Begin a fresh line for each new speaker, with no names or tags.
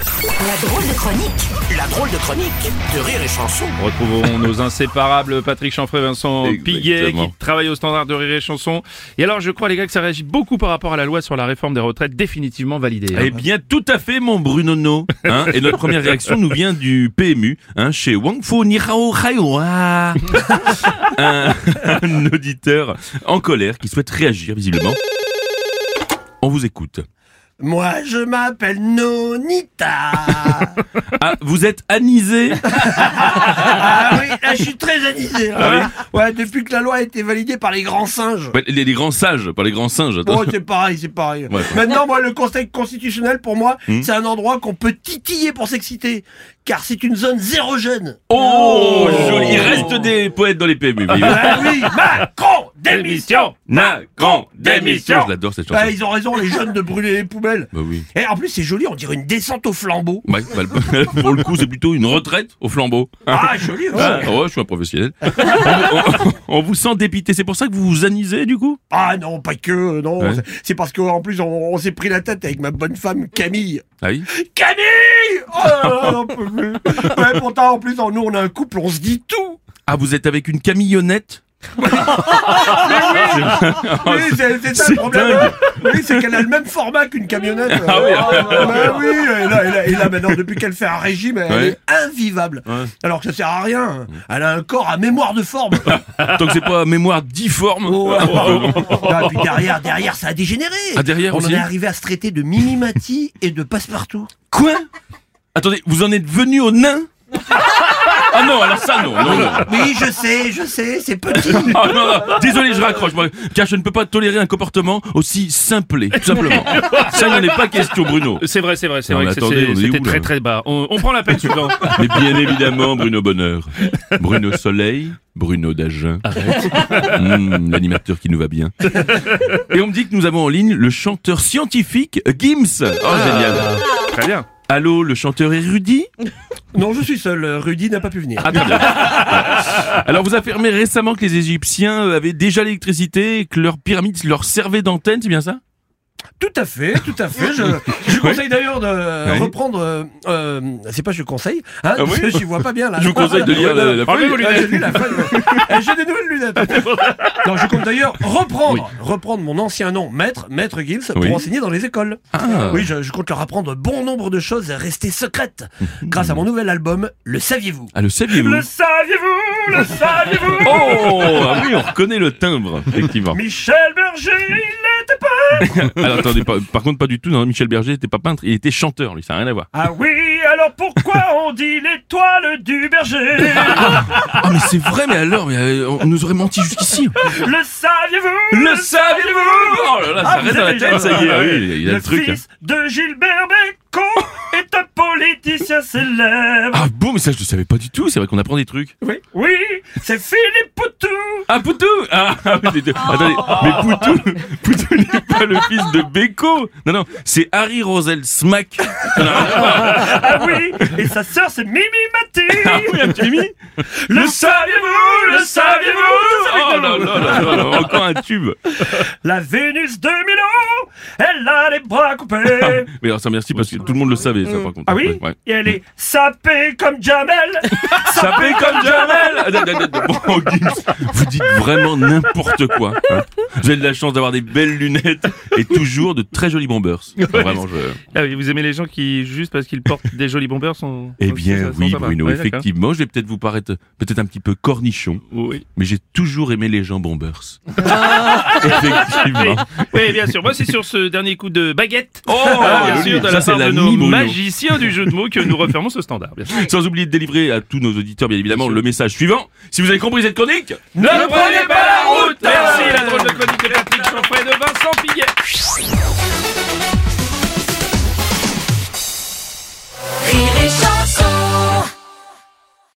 La drôle de chronique.
La drôle de chronique de Rire et Chanson.
Retrouvons nos inséparables Patrick Chanfray, Vincent Piguet, qui travaille au standard de Rire et Chanson. Et alors, je crois, les gars, que ça réagit beaucoup par rapport à la loi sur la réforme des retraites définitivement validée. hein.
Eh bien, tout à fait, mon Brunono. Hein, et notre première réaction nous vient du PMU, hein, chez Wangfo Nihao Haiwa. un, un auditeur en colère qui souhaite réagir, visiblement. On vous écoute.
Moi, je m'appelle Nonita.
Ah, vous êtes anisé
ah oui, là, je suis très anisé.
Ah
hein. Ouais, depuis que la loi a été validée par les grands singes.
Ouais, les, les grands sages, pas les grands singes. attends.
Bon, c'est pareil, c'est pareil.
Ouais. Hmm.
Maintenant, moi, le Conseil constitutionnel, pour moi, c'est un endroit qu'on peut titiller pour s'exciter. Car c'est une zone zéro jeune.
Oh, joli. Il reste des poètes dans les PMU. voyez-vous.
Ah oui, Macron, démission
Macron, démission Je l'adore cette chanson.
Bah, ils ont raison, les jeunes, de brûler les poubelles.
Bah oui.
Et en plus, c'est joli, on dirait une descente au flambeau.
Ouais, bah, le- pour le coup, c'est plutôt une retraite au flambeau.
Ah, joli, ouais.
Ah, ouais, je suis un professionnel. on, on- on vous sent dépité. C'est pour ça que vous vous anisez, du coup
Ah non, pas que, euh, non.
Ouais.
C'est- C'est parce qu'en plus, on, on s'est pris la tête avec ma bonne femme Camille.
Ah oui
Camille Oh là là, j'en peux plus. Ouais, pourtant, en plus, en nous, on a un couple, on se dit tout.
Ah, vous êtes avec une camillonnette
Oui, c'est c'est
Ah,
ça
c'est
le problème.
dingue.
Oui, c'est qu'elle a le même format qu'une camionnette.
Ah oui.
bah oui, et là, et là- et là, maintenant, depuis qu'elle fait un régime, elle
Ouais.
est invivable.
Ouais.
Alors que ça sert à rien. Elle a un corps à mémoire de forme.
Ah,
Oh,
Tant que c'est pas mémoire difforme.
Ah, puis derrière, derrière, ça a dégénéré.
Ah, derrière
on en
aussi
est arrivé à se traiter de mimimati et de passe-partout.
Quoi Attendez, vous en êtes venu au nain Ah non, alors ça, non, non, non.
Oui, je sais, je sais, c'est petit.
Ah non, non, désolé, je raccroche, moi, car je ne peux pas tolérer un comportement aussi simplé, tout simplement. Ça, il n'en est pas question, Bruno.
C'est vrai, c'est vrai, c'est
Non,
vrai
mais
que
attendez,
c'est-
on est
c'était
où,
très
là Ah,
très bas. On, on prend la peine suivante.
Mais bien évidemment, Bruno Bonheur. Bruno Soleil, Bruno Dagen. Hmm, L'animateur qui nous va bien. Et on me dit que nous avons en ligne le chanteur scientifique Gims. Oh,
Ah.
génial.
Très bien.
Allô, le chanteur érudit
Non, je suis seul. Rudy n'a pas pu venir.
Ah, très bien. Alors, vous affirmez récemment que les Égyptiens avaient déjà l'électricité et que leurs pyramides leur servaient d'antenne, c'est bien ça
Tout à fait, tout à fait. Je, je conseille d'ailleurs de
Oui. Ah
reprendre. euh, euh, c'est pas je conseille, hein, parce que je vois pas bien là.
Je vous conseille de lire la, la
Enlevez vos
Ah, j'ai
lunettes.
lu la feuille, ouais. Eh, J'ai des nouvelles lunettes. Non, je compte d'ailleurs reprendre, reprendre mon ancien nom, maître, maître Gilles,
Oui.
pour enseigner dans les écoles.
Ah.
Oui, je, je compte leur apprendre bon nombre de choses restées secrètes grâce à mon nouvel album. Le saviez-vous
Ah, le saviez-vous
Le saviez-vous Le saviez-vous
Oh Ah oui, on reconnaît le timbre, effectivement.
Michel Berger, il n'était pas.
Alors, attendez, par, par contre, pas du tout. Non, Michel Berger n'était pas peintre, il était chanteur, lui, ça n'a rien à voir.
Ah oui, alors pourquoi on dit l'étoile du berger
Ah, mais c'est vrai, mais alors, mais, euh, on nous aurait menti jusqu'ici.
Le saviez-vous
Le saviez-vous Oh là là, ça
Ah,
reste
vous
dans la
avez
tête,
raison.
ça y est. Ah oui, il a le, truc.
fils de Gilbert Bécaud est un politicien célèbre.
Ah bon, mais ça, je ne savais pas du tout. C'est vrai qu'on apprend des trucs.
Oui, oui c'est Philippe Poutou.
Ah, Poutou Ah, ah, oui, les deux. Attendez, mais Poutou, Poutou n'est pas le fils de Beko. Non, non, c'est Harry Rosel Smack.
Ah oui, et sa sœur c'est Mimi Mati.
Ah oui, un petit Mimi.
Le saviez-vous, le saviez-vous
Oh là là là là là, encore un tube.
La Vénus de Milan, elle a les bras coupés.
Mais alors, ça, merci parce que tout le monde le savait, ça, par contre.
Ah oui
Ah Ouais.
Et elle est sapée comme Jamel.
Ça fait comme Jamel Bon, Gims, vous dites vraiment n'importe quoi. hein. Vous avez de la chance d'avoir des belles lunettes et toujours de très jolis bombers. Vraiment, je...
Ah oui, vous aimez les gens qui, juste parce qu'ils portent des jolis bombers, sont.
Eh
sont-
bien,
sont- sont
oui,
sympas.
Bruno,
Ouais, d'accord.
effectivement, je vais peut-être vous paraître peut-être un petit peu cornichon,
Oui.
mais j'ai toujours aimé les gens bombers.
Ah.
effectivement.
Oui, bien sûr. Moi, c'est sur ce dernier coup de baguette.
Oh,
Ah, bien
joli.
sûr, de
ça
la
c'est
part
la
de nos
mi, Bruno.
magiciens du jeu de mots que nous refermons ce standard. Bien sûr.
Sans oublier de délivrer à tous nos auditeurs, bien évidemment, le message suivant. Si vous avez compris cette chronique,
Ne prenez pas la route Merci, la drôle de chronique de Patrick Chanfray et de Vincent Piguet.